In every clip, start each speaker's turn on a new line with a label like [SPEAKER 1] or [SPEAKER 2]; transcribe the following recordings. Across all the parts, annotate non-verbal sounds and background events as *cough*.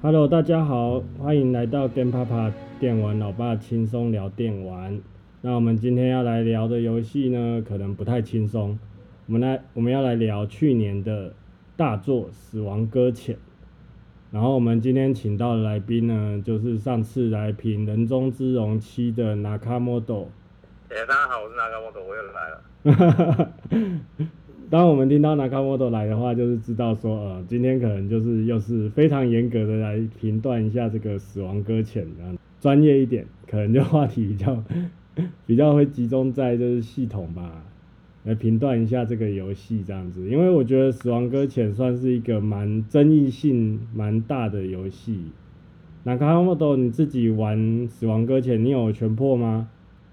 [SPEAKER 1] Hello，大家好，欢迎来到跟爸爸电玩老爸轻松聊电玩。那我们今天要来聊的游戏呢，可能不太轻松。我们来，我们要来聊去年的大作《死亡搁浅》。然后我们今天请到的来宾呢，就是上次来评《人中之龙七》的 Nakamoto。
[SPEAKER 2] 哎、大家好，我是那个摩托，我又来了。
[SPEAKER 1] *laughs* 当我们听到 Nakamoto 来的话，就是知道说，呃，今天可能就是又是非常严格的来评断一下这个《死亡搁浅》，然后专业一点，可能就话题比较 *laughs* 比较会集中在就是系统吧，来评断一下这个游戏这样子。因为我觉得《死亡搁浅》算是一个蛮争议性蛮大的游戏。Nakamoto 你自己玩《死亡搁浅》，你有全破吗？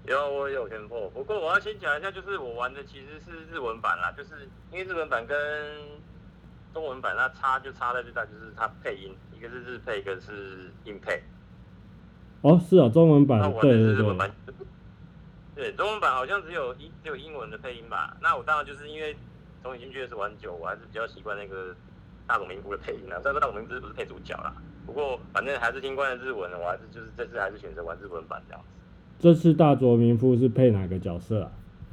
[SPEAKER 2] 有我有天破，不过我要先讲一下，就是我玩的其实是日文版啦，就是因为日文版跟中文版那差就差在最大，就是它配音，一个是日配，一个是英配。
[SPEAKER 1] 哦，是哦，中文
[SPEAKER 2] 那
[SPEAKER 1] 版
[SPEAKER 2] 我，玩
[SPEAKER 1] 对
[SPEAKER 2] 的
[SPEAKER 1] 对对
[SPEAKER 2] 是日文版。对，中文版好像只有英只有英文的配音吧？那我当然就是因为从已经确实玩久，我还是比较习惯那个大冢明夫的配音啦。虽然说大冢明夫不是配主角啦，不过反正还是听惯了日文，我还是就是这次还是选择玩日文版这样子。
[SPEAKER 1] 这次大佐明夫是配哪个角色啊？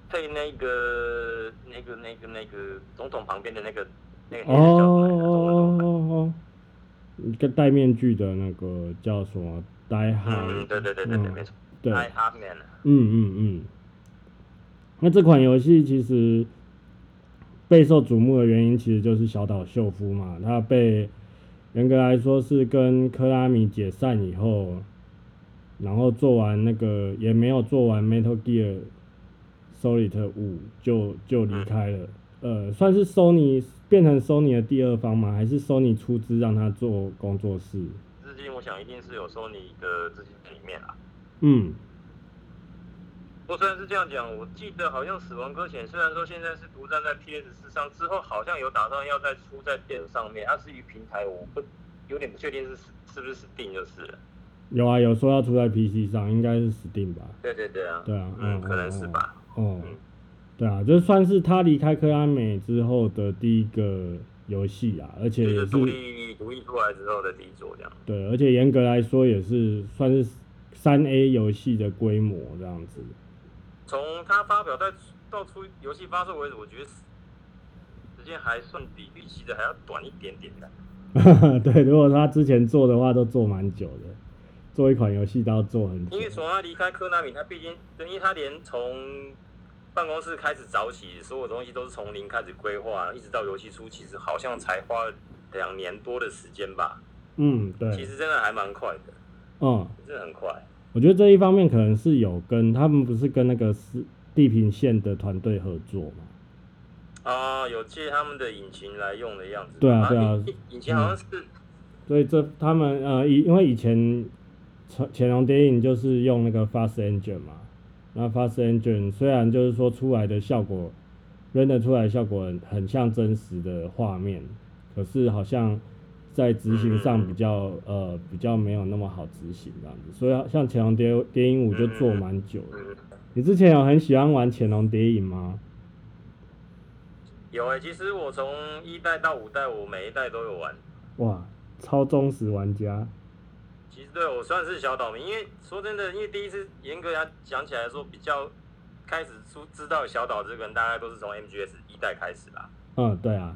[SPEAKER 2] 配那个那个那个那个总统旁边的那个那
[SPEAKER 1] 哦
[SPEAKER 2] 个黑人叫什么来着
[SPEAKER 1] 哦哦哦，一个戴面具的那个叫什么？戴哈？
[SPEAKER 2] 嗯，对对对对对，
[SPEAKER 1] 嗯
[SPEAKER 2] 没错。
[SPEAKER 1] 对，
[SPEAKER 2] I Have Man，
[SPEAKER 1] 嗯嗯嗯。那这款游戏其实备受瞩目的原因，其实就是小岛秀夫嘛，他被严格来说是跟科拉米解散以后，然后做完那个也没有做完 Metal Gear Solid 五就就离开了。呃，算是 Sony 变成 Sony 的第二方吗？还是 Sony 出资让他做工作室？
[SPEAKER 2] 资金我想一定是有收你的资金在里面啦。
[SPEAKER 1] 嗯，
[SPEAKER 2] 不过虽然是这样讲，我记得好像《死亡搁浅》虽然说现在是独占在 PS 四上，之后好像有打算要再出在电脑上面，它、啊、至于平台我不有点不确定是是不是 Steam 就是了。
[SPEAKER 1] 有啊，有说要出在 PC 上，应该是 Steam 吧？
[SPEAKER 2] 对对对啊，
[SPEAKER 1] 对啊
[SPEAKER 2] 嗯，
[SPEAKER 1] 嗯
[SPEAKER 2] 可能是吧。
[SPEAKER 1] 哦
[SPEAKER 2] 嗯，
[SPEAKER 1] 对啊，这算是他离开克拉美之后的第一个游戏啊，而且
[SPEAKER 2] 就
[SPEAKER 1] 也
[SPEAKER 2] 是
[SPEAKER 1] 是
[SPEAKER 2] 独立独立出来之后的第一作这样。
[SPEAKER 1] 对，而且严格来说也是算是三 A 游戏的规模这样子。 *laughs*
[SPEAKER 2] 从他发表到到出游戏发售为止，我觉得时间还算比预期的还要短一点点的。
[SPEAKER 1] 对，如果他之前做的话，都做蛮久的，做一款游戏都要做很久
[SPEAKER 2] 因。为从他离开科纳米，他毕竟，因为他连从办公室开始找起，所有东西都是从零开始规划，一直到游戏出，其实好像才花了两年多的时间吧。
[SPEAKER 1] 嗯，
[SPEAKER 2] 其
[SPEAKER 1] 对，
[SPEAKER 2] 实真的还蛮快的，
[SPEAKER 1] 嗯，
[SPEAKER 2] 真的很快。
[SPEAKER 1] 我觉得这一方面可能是有跟他们不是跟那个是地平线的团队合作嘛？
[SPEAKER 2] 啊、有借他们的引擎来用的样子。
[SPEAKER 1] 对啊嗯
[SPEAKER 2] 反正
[SPEAKER 1] 对
[SPEAKER 2] 引引擎好像是、
[SPEAKER 1] 所以这他们呃，以因为以前成乾隆谍影就是用那个 Fast Engine 嘛，那 Fast Engine 虽然就是说出来的效果 render 出来的效果很很像真实的画面，可是好像在执行上比较呃比较没有那么好执行这样子，所以像乾隆谍谍影五就做蛮久的。
[SPEAKER 2] 嗯。
[SPEAKER 1] 你之前有很喜欢玩乾隆谍影吗？
[SPEAKER 2] 有哎、其实我从一代到五代，我每一代都有玩。
[SPEAKER 1] 哇，超忠实玩家。
[SPEAKER 2] 其实对我算是小岛民，因为说真的，因为第一次严格要讲起来说，比较开始出知道小岛这个人，大概都是从 MGS 一代开始啦。
[SPEAKER 1] 嗯，对啊，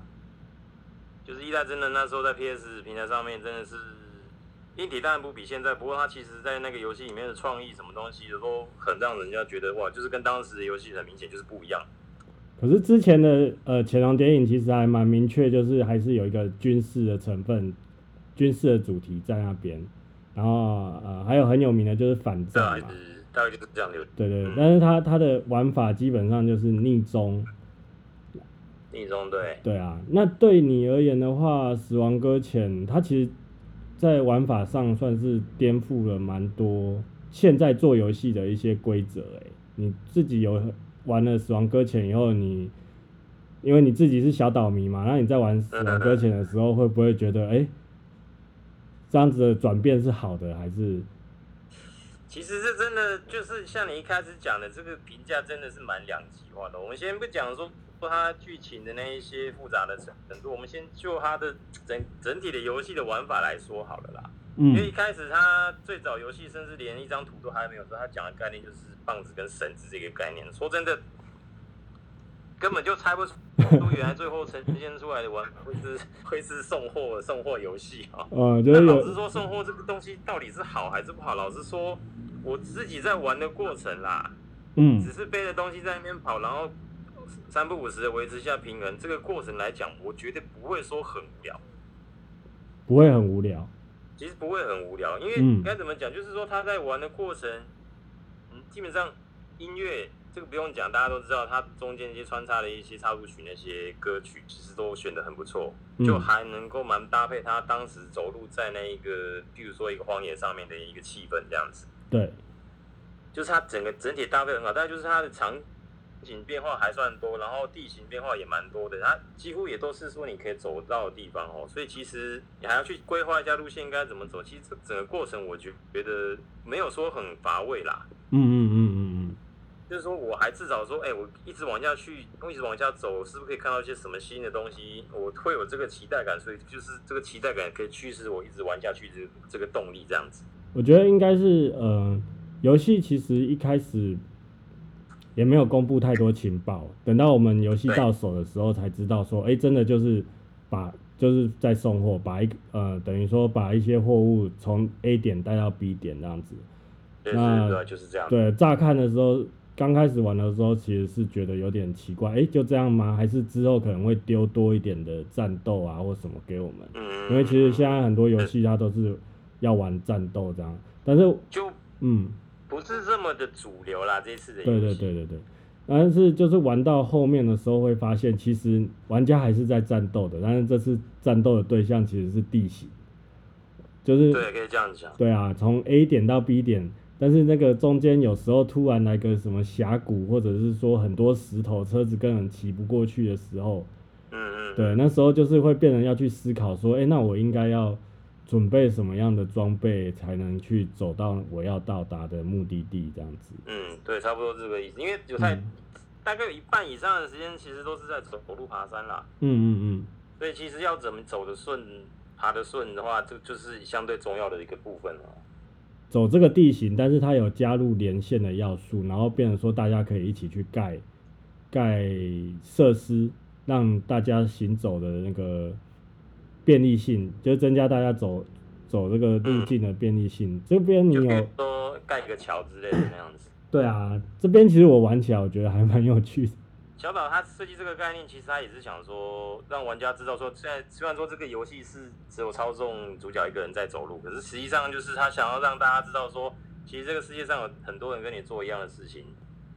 [SPEAKER 2] 就是一代真的那时候在 PS 平台上面真的是硬体当然不比现在，不过它其实在那个游戏里面的创意什么东西都很让人家觉得哇，就是跟当时的游戏很明显就是不一样。
[SPEAKER 1] 可是之前的呃《潜龙谍影》其实还蛮明确，就是还是有一个军事的成分，军事的主题在那边。然后呃还有很有名的就是反
[SPEAKER 2] 这还
[SPEAKER 1] 战嘛，
[SPEAKER 2] 是大概啊就是这样的游戏
[SPEAKER 1] 对对对
[SPEAKER 2] 嗯
[SPEAKER 1] 但是它它的玩法基本上就是逆中，
[SPEAKER 2] 逆中对。
[SPEAKER 1] 对啊。那对你而言的话，《死亡搁浅》它其实在玩法上算是颠覆了蛮多现在做游戏的一些规则。诶，你自己有玩了《死亡搁浅》以后，你因为你自己是小岛迷嘛，那你在玩《死亡搁浅》的时候，会不会觉得诶，这样子的转变是好的，还是
[SPEAKER 2] 其实是真的，就是像你一开始讲的，这个评价真的是蛮两极化的。我们先不讲说说它剧情的那一些复杂的程度，我们先就它的整整体的游戏的玩法来说好了啦。因为
[SPEAKER 1] 嗯
[SPEAKER 2] 一开始它最早游戏甚至连一张图都还没有说，它讲的概念就是棒子跟绳子这个概念。说真的，根本就猜不出原来最后呈现出来的玩法会是会是送货送货游戏啊。
[SPEAKER 1] 呃，就
[SPEAKER 2] 那
[SPEAKER 1] 是
[SPEAKER 2] 老实
[SPEAKER 1] 有
[SPEAKER 2] 说，送货这个东西到底是好还是不好？老实说，我自己在玩的过程啦，
[SPEAKER 1] 嗯
[SPEAKER 2] 只是背着东西在那边跑，然后三不五时的维持一下平衡，这个过程来讲，我绝对不会说很无聊。
[SPEAKER 1] 不会很无聊，
[SPEAKER 2] 其实不会很无聊，因为
[SPEAKER 1] 嗯
[SPEAKER 2] 该怎么讲，就是说他在玩的过程，嗯，基本上音乐这个不用讲，大家都知道，它中间一些穿插的一些插入曲那些歌曲，其实都选的很不错，
[SPEAKER 1] 嗯
[SPEAKER 2] 就还能够蛮搭配他当时走路在那一个，比如说一个荒野上面的一个气氛这样子，
[SPEAKER 1] 对，
[SPEAKER 2] 就是它整个整体搭配很好，但就是它的场景变化还算多，然后地形变化也蛮多的，它几乎也都是说你可以走到的地方哦，所以其实你还要去规划一下路线该怎么走。其实这整个过程我觉觉得没有说很乏味啦，
[SPEAKER 1] 嗯嗯嗯嗯
[SPEAKER 2] 就是说我还至少说，哎、我一直往下去，我一直往下走，是不是可以看到一些什么新的东西？我会有这个期待感，所以就是这个期待感可以驱使我一直玩下去这个这个动力这样子。
[SPEAKER 1] 嗯，我觉得应该是呃，游戏其实一开始也没有公布太多情报，等到我们游戏
[SPEAKER 2] 对
[SPEAKER 1] 到手的时候才知道说，哎、真的就是把就是在送货，把一呃等于说把一些货物从 A 点带到 B 点这样子，
[SPEAKER 2] 对对
[SPEAKER 1] 那
[SPEAKER 2] 对对，就是这样。
[SPEAKER 1] 对，乍看的时候，刚开始玩的时候，其实是觉得有点奇怪，诶，就这样吗？还是之后可能会丢多一点的战斗啊，或什么给我们？
[SPEAKER 2] 嗯，
[SPEAKER 1] 因为其实现在很多游戏它都是要玩战斗这样，但是
[SPEAKER 2] 就
[SPEAKER 1] 嗯，
[SPEAKER 2] 不是这么的主流啦，这一次的游
[SPEAKER 1] 对
[SPEAKER 2] 戏。
[SPEAKER 1] 对对对对，但是就是玩到后面的时候会发现，其实玩家还是在战斗的，但是这次战斗的对象其实是地形，就是
[SPEAKER 2] 对，可以这样讲。
[SPEAKER 1] 对啊，从 A 点到 B 点，但是那个中间有时候突然来个什么峡谷，或者是说很多石头，车子根本骑不过去的时候，
[SPEAKER 2] 嗯嗯，
[SPEAKER 1] 对，那时候就是会变成要去思考说，哎、那我应该要准备什么样的装备才能去走到我要到达的目的地这样子。
[SPEAKER 2] 嗯，对，差不多这个意思。因为有太、
[SPEAKER 1] 嗯
[SPEAKER 2] 大概有一半以上的时间其实都是在走路爬山啦，
[SPEAKER 1] 嗯嗯
[SPEAKER 2] 所以其实要怎么走得顺、爬得顺的话，这就是相对重要的一个部分了。
[SPEAKER 1] 嗯，走这个地形，但是它有加入连线的要素，然后变成说大家可以一起去盖盖设施，让大家行走的那个便利性，就是增加大家走走这个路径的便利性。这边你
[SPEAKER 2] 就比如
[SPEAKER 1] 有
[SPEAKER 2] 说盖个桥之类的那样子。
[SPEAKER 1] 对啊，这边其实我玩起来我觉得还蛮有趣的。
[SPEAKER 2] 小岛他设计这个概念，其实他也是想说，让玩家知道说，现在虽然说这个游戏是只有操纵主角一个人在走路，可是实际上就是他想要让大家知道说，其实这个世界上有很多人跟你做一样的事情，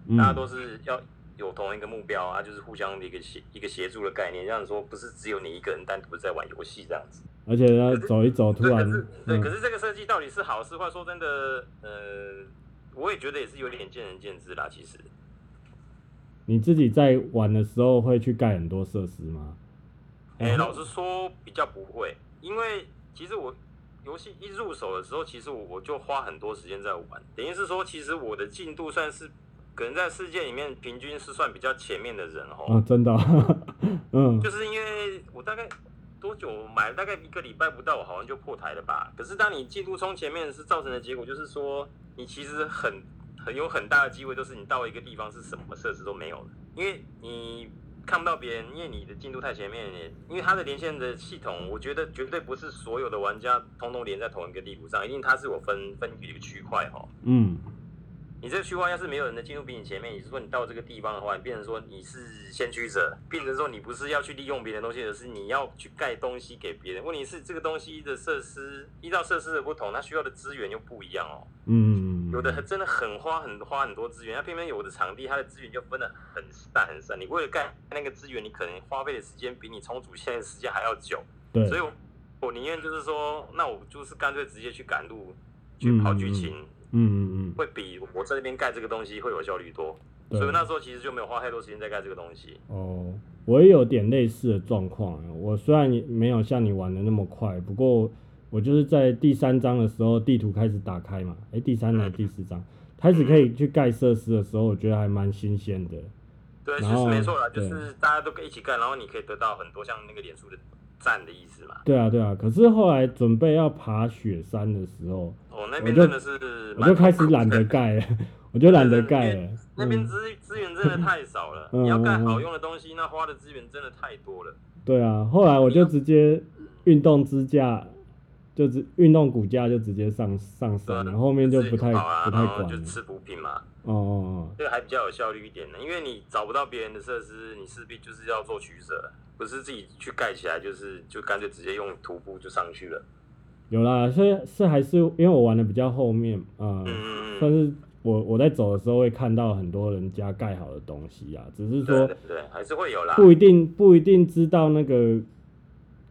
[SPEAKER 1] 嗯
[SPEAKER 2] 大家都是要有同一个目标啊，就是互相的一个协一个协助的概念，让你说不是只有你一个人单独在玩游戏这样子。
[SPEAKER 1] 而且呢，走一哦走突
[SPEAKER 2] 对，可
[SPEAKER 1] 然
[SPEAKER 2] 是对，
[SPEAKER 1] 嗯
[SPEAKER 2] 可是这个设计到底是好是坏，说真的，呃，我也觉得也是有点见仁见智啦，其实。
[SPEAKER 1] 你自己在玩的时候会去盖很多设施吗？
[SPEAKER 2] 哎、
[SPEAKER 1] 然后
[SPEAKER 2] 老实说比较不会，因为其实我游戏一入手的时候，其实我我就花很多时间在玩，等于是说，其实我的进度算是可能在世界里面平均是算比较前面的人哦。
[SPEAKER 1] 啊， *laughs* 真的哦、嗯
[SPEAKER 2] 就是因为我大概多久我买了大概一个礼拜不到，我好像就破台了吧。可是当你进度冲前面是造成的结果，就是说你其实很很有很大的机会，就是你到一个地方是什么设置都没有了，因为你看不到别人，因为你的进度太前面了，因为它的连线的系统，我觉得绝对不是所有的玩家通通连在同一个地图上，一定它是有分分几个区块哦。
[SPEAKER 1] 嗯
[SPEAKER 2] 你这个区块要是没有人的进入比你前面，也就是说你到这个地方的话，你变成说你是先驱者，变成说你不是要去利用别人的东西，而是你要去盖东西给别人。问题是这个东西的设施依照设施的不同，它需要的资源又不一样哦。
[SPEAKER 1] 嗯嗯，嗯
[SPEAKER 2] 有的很真的很花很花很多资源，它偏偏有的场地它的资源就分的很散很散。你为了盖那个资源，你可能花费的时间比你重组线的时间还要久。
[SPEAKER 1] 对，
[SPEAKER 2] 所以我我宁愿就是说，那我就是干脆直接去赶路，去跑剧情。
[SPEAKER 1] 嗯嗯嗯，
[SPEAKER 2] 会比我在那边盖这个东西会有效率多，
[SPEAKER 1] 对
[SPEAKER 2] 所以那时候其实就没有花太多时间在盖这个东西。
[SPEAKER 1] 哦，我也有点类似的状况啊。我虽然也没有像你玩的那么快，不过我就是在第三章的时候，地图开始打开嘛，诶，第三章、第四章开始可以去盖设施的时候，我觉得还蛮新鲜的。
[SPEAKER 2] 对，
[SPEAKER 1] 然
[SPEAKER 2] 其实没
[SPEAKER 1] 后
[SPEAKER 2] 错啦，就
[SPEAKER 1] 对
[SPEAKER 2] 是大家都可以一起干，然后你可以得到很多像那个脸书的赞的意思嘛。
[SPEAKER 1] 对啊，对啊。可是后来准备要爬雪山的时候，
[SPEAKER 2] 哦，那边
[SPEAKER 1] 我就
[SPEAKER 2] 真的是
[SPEAKER 1] 我
[SPEAKER 2] 蛮
[SPEAKER 1] 就开始懒
[SPEAKER 2] *laughs*
[SPEAKER 1] 得盖了，我就懒得
[SPEAKER 2] 对对
[SPEAKER 1] 盖了。
[SPEAKER 2] 那边资资源真的太少了，
[SPEAKER 1] *laughs* 嗯
[SPEAKER 2] 你要干
[SPEAKER 1] 嗯嗯
[SPEAKER 2] 好用的东西，那花的资源真的太多了。
[SPEAKER 1] 对啊，后来我就直接运动支架，就直运动骨架就直接上上
[SPEAKER 2] 对啊
[SPEAKER 1] 山了，后面就不太
[SPEAKER 2] 自己跑啊
[SPEAKER 1] 不太
[SPEAKER 2] 然后
[SPEAKER 1] 管
[SPEAKER 2] 就
[SPEAKER 1] 了。
[SPEAKER 2] 吃补品嘛，
[SPEAKER 1] 哦哦
[SPEAKER 2] 这个还比较有效率一点呢，因为你找不到别人的设施，你势必就是要做取舍，不是自己去盖起来，就是就干脆直接用徒步就上去了。
[SPEAKER 1] 哦，有啦，是是还是因为我玩的比较后面，呃，
[SPEAKER 2] 嗯嗯
[SPEAKER 1] 但
[SPEAKER 2] 嗯，
[SPEAKER 1] 是我我在走的时候会看到很多人家盖好的东西啊，只是
[SPEAKER 2] 对
[SPEAKER 1] 说
[SPEAKER 2] 对对，还是会有啦。
[SPEAKER 1] 不一定不一定知道那个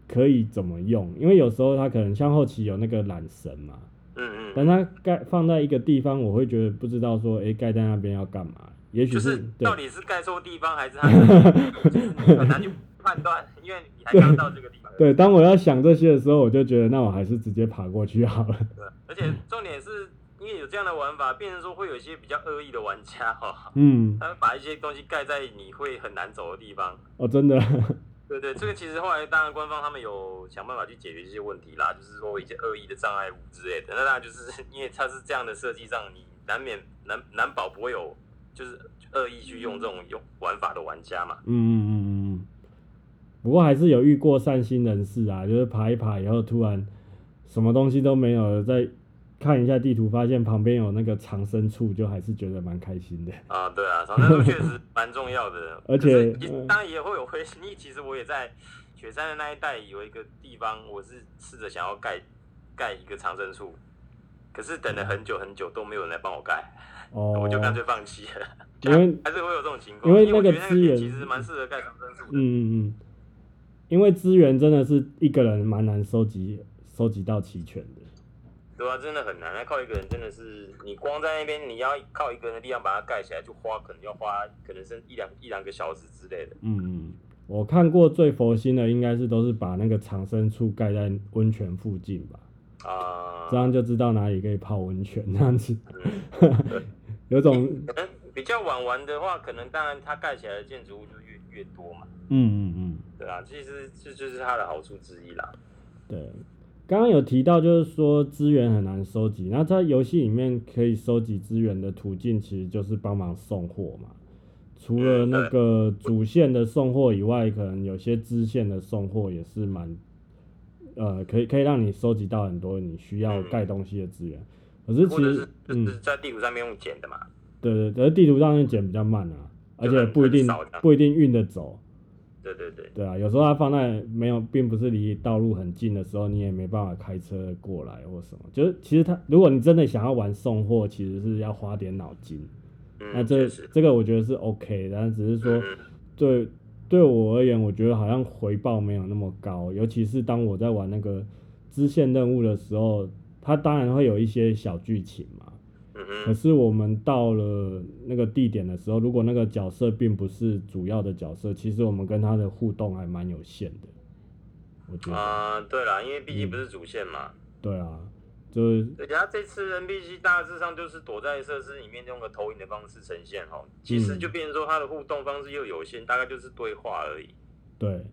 [SPEAKER 1] 可以怎么用，因为有时候它可能像后期有那个缆绳嘛，
[SPEAKER 2] 嗯
[SPEAKER 1] 但
[SPEAKER 2] 嗯，
[SPEAKER 1] 它盖放在一个地方，我会觉得不知道说，诶，盖在那边要干嘛？也许
[SPEAKER 2] 就是
[SPEAKER 1] 对
[SPEAKER 2] 到底是盖错地
[SPEAKER 1] *laughs*
[SPEAKER 2] 方还是它就是你很难去判断，因为你还刚到这个地方。
[SPEAKER 1] 对，当我要想这些的时候，我就觉得那我还是直接爬过去好了。 *laughs*
[SPEAKER 2] 对，而且重点是因为有这样的玩法，变成说会有一些比较恶意的玩家哦，
[SPEAKER 1] 嗯，
[SPEAKER 2] 他会把一些东西盖在你会很难走的地方。
[SPEAKER 1] 哦，真的， *laughs*
[SPEAKER 2] 对对，这个其实后来当然官方他们有想办法去解决这些问题啦，就是说一些恶意的障碍物之类的。那当然就是 *laughs* 因为它是这样的设计上，你难免难难保不会有就是恶意去用这种用玩法的玩家嘛。
[SPEAKER 1] 嗯嗯嗯嗯嗯。不过还是有遇过善心人士啊，就是爬一爬以后，突然什么东西都没有了，再看一下地图，发现旁边有那个藏身处，就还是觉得蛮开心的。，
[SPEAKER 2] 啊，对啊，长山路确实蛮重要的
[SPEAKER 1] *laughs* 而
[SPEAKER 2] 可是
[SPEAKER 1] 且
[SPEAKER 2] 其
[SPEAKER 1] 呃
[SPEAKER 2] 当然也会有灰心。因为其实我也在雪山的那一带有一个地方，我是试着想要盖盖一个长生树，可是等了很久很久都没有人来帮我盖，
[SPEAKER 1] 哦，
[SPEAKER 2] 我就干脆放弃了。
[SPEAKER 1] 因为
[SPEAKER 2] 还是会有这种情况，
[SPEAKER 1] 因为
[SPEAKER 2] 因我
[SPEAKER 1] 那个
[SPEAKER 2] 觉得那
[SPEAKER 1] 资
[SPEAKER 2] 个
[SPEAKER 1] 源
[SPEAKER 2] 点其实蛮适合盖长生树
[SPEAKER 1] 嗯
[SPEAKER 2] 的。
[SPEAKER 1] 嗯嗯，因为资源真的是一个人蛮难收集收集到齐全的。
[SPEAKER 2] 对啊，真的很难，那靠一个人真的是，你光在那边你要靠一个人的力量把它盖起来，就花可能要花可能是一两一两个小时之类的。
[SPEAKER 1] 嗯嗯，我看过最佛心的应该是都是把那个藏身处盖在温泉附近吧，
[SPEAKER 2] 啊、
[SPEAKER 1] 这样就知道哪里可以泡温泉，这样子
[SPEAKER 2] 嗯，
[SPEAKER 1] 有种
[SPEAKER 2] 可能比较晚玩的话，可能当然它盖起来的建筑物就越越多嘛，
[SPEAKER 1] *laughs* 嗯嗯嗯，
[SPEAKER 2] 对啊，其实这就是它的好处之一啦。
[SPEAKER 1] 对。刚刚有提到就是说资源很难收集，那在游戏里面可以收集资源的途径其实就是帮忙送货嘛。除了那个主线的送货以外，可能有些支线的送货也是蛮，呃，可以可以让你收集到很多你需要盖东西的资源。可是其
[SPEAKER 2] 或者
[SPEAKER 1] 实
[SPEAKER 2] 是，就
[SPEAKER 1] 嗯，
[SPEAKER 2] 是在地图上面用捡的嘛，
[SPEAKER 1] 对对，可是地图上面捡比较慢啊，而
[SPEAKER 2] 就
[SPEAKER 1] 且
[SPEAKER 2] 很
[SPEAKER 1] 不一
[SPEAKER 2] 很
[SPEAKER 1] 定
[SPEAKER 2] 少这样
[SPEAKER 1] 不一定运得走，
[SPEAKER 2] 对对对，
[SPEAKER 1] 对啊，有时候它放在没有，并不是离道路很近的时候，你也没办法开车过来或什么。就是其实它，如果你真的想要玩送货，其实是要花点脑筋。那
[SPEAKER 2] 嗯，
[SPEAKER 1] 啊这
[SPEAKER 2] 确实，
[SPEAKER 1] 这个我觉得是 OK，但只是说
[SPEAKER 2] 嗯
[SPEAKER 1] 对对我而言，我觉得好像回报没有那么高，尤其是当我在玩那个支线任务的时候，它当然会有一些小剧情嘛，
[SPEAKER 2] 嗯
[SPEAKER 1] 可
[SPEAKER 2] 哼，
[SPEAKER 1] 是我们到了那个地点的时候，如果那个角色并不是主要的角色，其实我们跟他的互动还蛮有限的。我觉得，
[SPEAKER 2] 啊、对啦，因为毕竟
[SPEAKER 1] 嗯
[SPEAKER 2] 不是主线嘛，
[SPEAKER 1] 对啊，就是
[SPEAKER 2] 而且他这次 NPC 大致上就是躲在设施里面用个投影的方式呈现哦，其实
[SPEAKER 1] 嗯
[SPEAKER 2] 就变成说它的互动方式又有限，大概就是对话而已，
[SPEAKER 1] 对，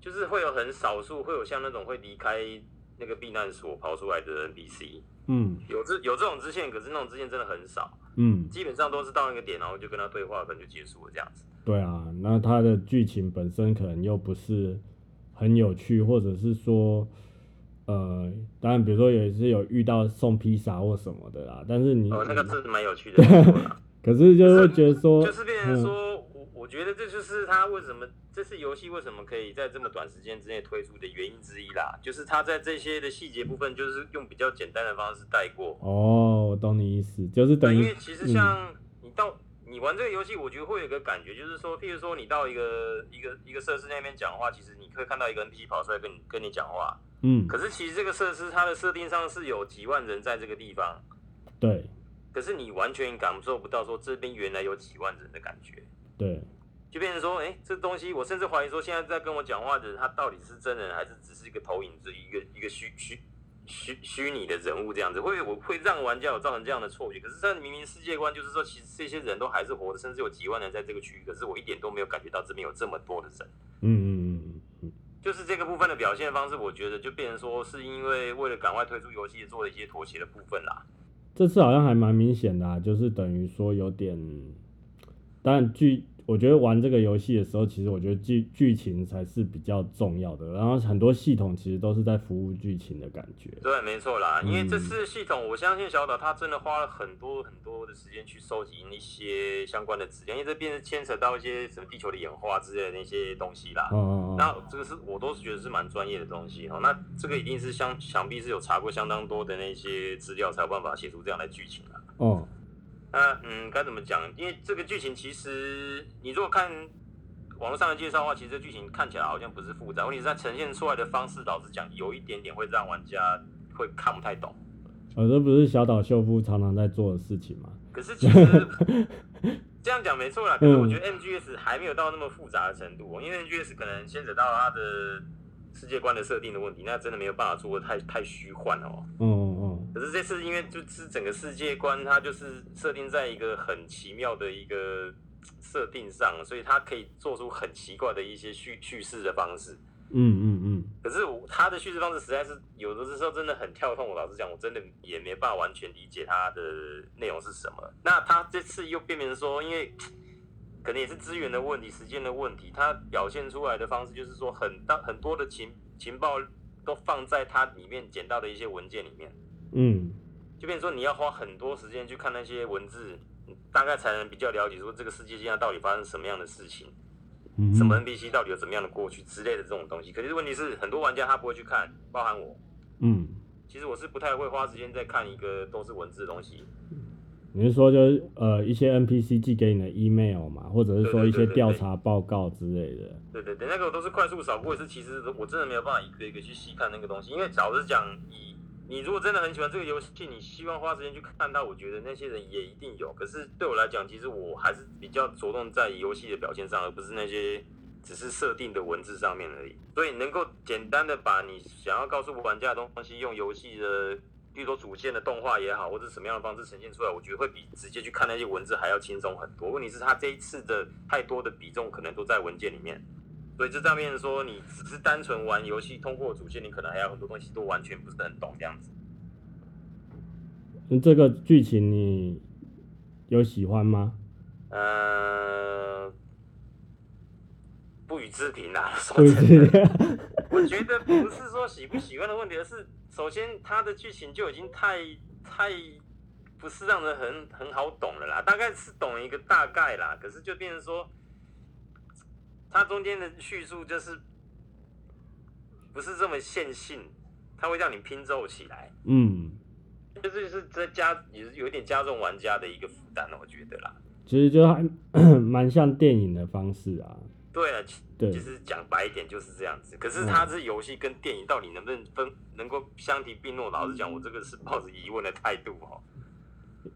[SPEAKER 2] 就是会有很少数会有像那种会离开那个避难所跑出来的 NPC，
[SPEAKER 1] 嗯
[SPEAKER 2] 有这有这种支线，可是那种支线真的很少，
[SPEAKER 1] 嗯，
[SPEAKER 2] 基本上都是到那个点，然后就跟他对话，可能就结束了这样子。
[SPEAKER 1] 对啊。那他的剧情本身可能又不是很有趣，或者是说，呃，当然，比如说也是有遇到送披萨或什么的啦，但是你，
[SPEAKER 2] 哦，那个真的蛮有趣的，没错啦
[SPEAKER 1] 可是就会觉得说，
[SPEAKER 2] 就是变成说，我我觉得这就是他为什么这次游戏为什么可以在这么短时间之内推出的原因之一啦，就是他在这些的细节部分，就是用比较简单的方式带过。
[SPEAKER 1] 哦，我懂你意思，就是等
[SPEAKER 2] 对，因
[SPEAKER 1] 于
[SPEAKER 2] 为其实像你到你玩这个游戏，我觉得会有一个感觉，就是说，譬如说你到一个一个一个设施那边讲话，其实你会看到一个 NPC 跑出来跟你跟你讲话，
[SPEAKER 1] 嗯，
[SPEAKER 2] 可是其实这个设施它的设定上是有几万人在这个地方，
[SPEAKER 1] 对
[SPEAKER 2] 可是你完全感受不到说这边原来有几万人的感觉，
[SPEAKER 1] 对。
[SPEAKER 2] 就变成说，哎、这东西我甚至怀疑说现在在跟我讲话的人他到底是真人还是只是一个投影，是一个一个虚虚虚虚拟的人物这样子，会我会让玩家有造成这样的错觉。可是这明明世界观就是说，其实这些人都还是活着，甚至有几万人在这个区域，可是我一点都没有感觉到这边有这么多的人。
[SPEAKER 1] 嗯嗯嗯
[SPEAKER 2] 就是这个部分的表现方式，我觉得就变成说是因为为了赶快推出游戏做了一些妥协的部分啦。
[SPEAKER 1] 这次好像还蛮明显的、啊，就是等于说有点，但剧我觉得玩这个游戏的时候，其实我觉得剧剧情才是比较重要的，然后很多系统其实都是在服务剧情的感觉。
[SPEAKER 2] 对，没错啦，因为
[SPEAKER 1] 嗯
[SPEAKER 2] 这次系统，我相信小岛他真的花了很多很多的时间去收集一些相关的资料，因为这边牵扯到一些什么地球的演化之类的那些东西啦。
[SPEAKER 1] 哦哦
[SPEAKER 2] 那
[SPEAKER 1] 哦，
[SPEAKER 2] 这个是我都是觉得是蛮专业的东西哦。那这个一定是相想必是有查过相当多的那些资料，才有办法写出这样的剧情啊。
[SPEAKER 1] 哦，
[SPEAKER 2] 那嗯，该怎么讲？因为这个剧情其实你如果看网络上的介绍的话，其实这剧情看起来好像不是复杂，问题是它呈现出来的方式，老实讲有一点点会让玩家会看不太懂。
[SPEAKER 1] 呃，这不是小岛秀夫常常在做的事情吗？
[SPEAKER 2] 可是其实这样讲没错啦，可是
[SPEAKER 1] 嗯
[SPEAKER 2] 我觉得 MGS 还没有到那么复杂的程度哦，因为 MGS 可能牵扯到它的世界观的设定的问题，那真的没有办法做的太太虚幻哦。
[SPEAKER 1] 嗯嗯
[SPEAKER 2] 可是这次因为就是整个世界观，它就是设定在一个很奇妙的一个设定上，所以它可以做出很奇怪的一些叙叙事的方式。
[SPEAKER 1] 嗯嗯嗯
[SPEAKER 2] 可是我他的叙事方式实在是有的时候真的很跳痛，我老实讲，我真的也没办法完全理解他的内容是什么。那他这次又变成说，因为可能也是资源的问题、时间的问题，他表现出来的方式就是说很大很多的情情报都放在他里面捡到的一些文件里面。
[SPEAKER 1] 嗯
[SPEAKER 2] 就变成说你要花很多时间去看那些文字，大概才能比较了解说这个世界上到底发生什么样的事情，
[SPEAKER 1] 嗯，
[SPEAKER 2] 什么 NPC 到底有怎么样的过去之类的这种东西。可是问题是，很多玩家他不会去看，包含我，
[SPEAKER 1] 嗯，
[SPEAKER 2] 其实我是不太会花时间在看一个都是文字的东西。
[SPEAKER 1] 你是说就是呃一些 NPC 寄给你的 email 嘛，或者是说一些
[SPEAKER 2] 对对对对
[SPEAKER 1] 调查报告之类的？
[SPEAKER 2] 对对对，那个我都是快速扫过一次，其实我真的没有办法一个一个去细看那个东西，因为老实讲，你你如果真的很喜欢这个游戏，你希望花时间去看它，我觉得那些人也一定有。可是对我来讲，其实我还是比较着重在游戏的表现上，而不是那些只是设定的文字上面而已。所以能够简单的把你想要告诉玩家的东西，用游戏的。比如说主线的动画也好，或者什么样的方式呈现出来，我觉得会比直接去看那些文字还要轻松很多。问题是，它这一次的太多的比重可能都在文件里面，所以这上面说，你只是单纯玩游戏，通过主线，你可能还有很多东西都完全不是很懂这样子。
[SPEAKER 1] 那这个剧情你有喜欢吗？ *laughs*
[SPEAKER 2] 呃，不予置评啦、说
[SPEAKER 1] 不
[SPEAKER 2] 真的
[SPEAKER 1] 是， *laughs*
[SPEAKER 2] 我觉得不是说喜不喜欢的问题，而是首先它的剧情就已经太太不是让人很很好懂了啦，大概是懂一个大概啦，可是就变成说，它中间的叙述就是不是这么线性，它会让你拼凑起来。
[SPEAKER 1] 嗯，
[SPEAKER 2] 这就是这加也是有一点加重玩家的一个负担了，我觉得啦。
[SPEAKER 1] 其实就还 *clears throat* 蛮像电影的方式啊。
[SPEAKER 2] 对啊，其
[SPEAKER 1] 对嗯
[SPEAKER 2] 其，实讲白一点就是这样子。可是它这游戏跟电影到底能不能分能够相提并论？老实讲，我这个是抱着疑问的态度哦。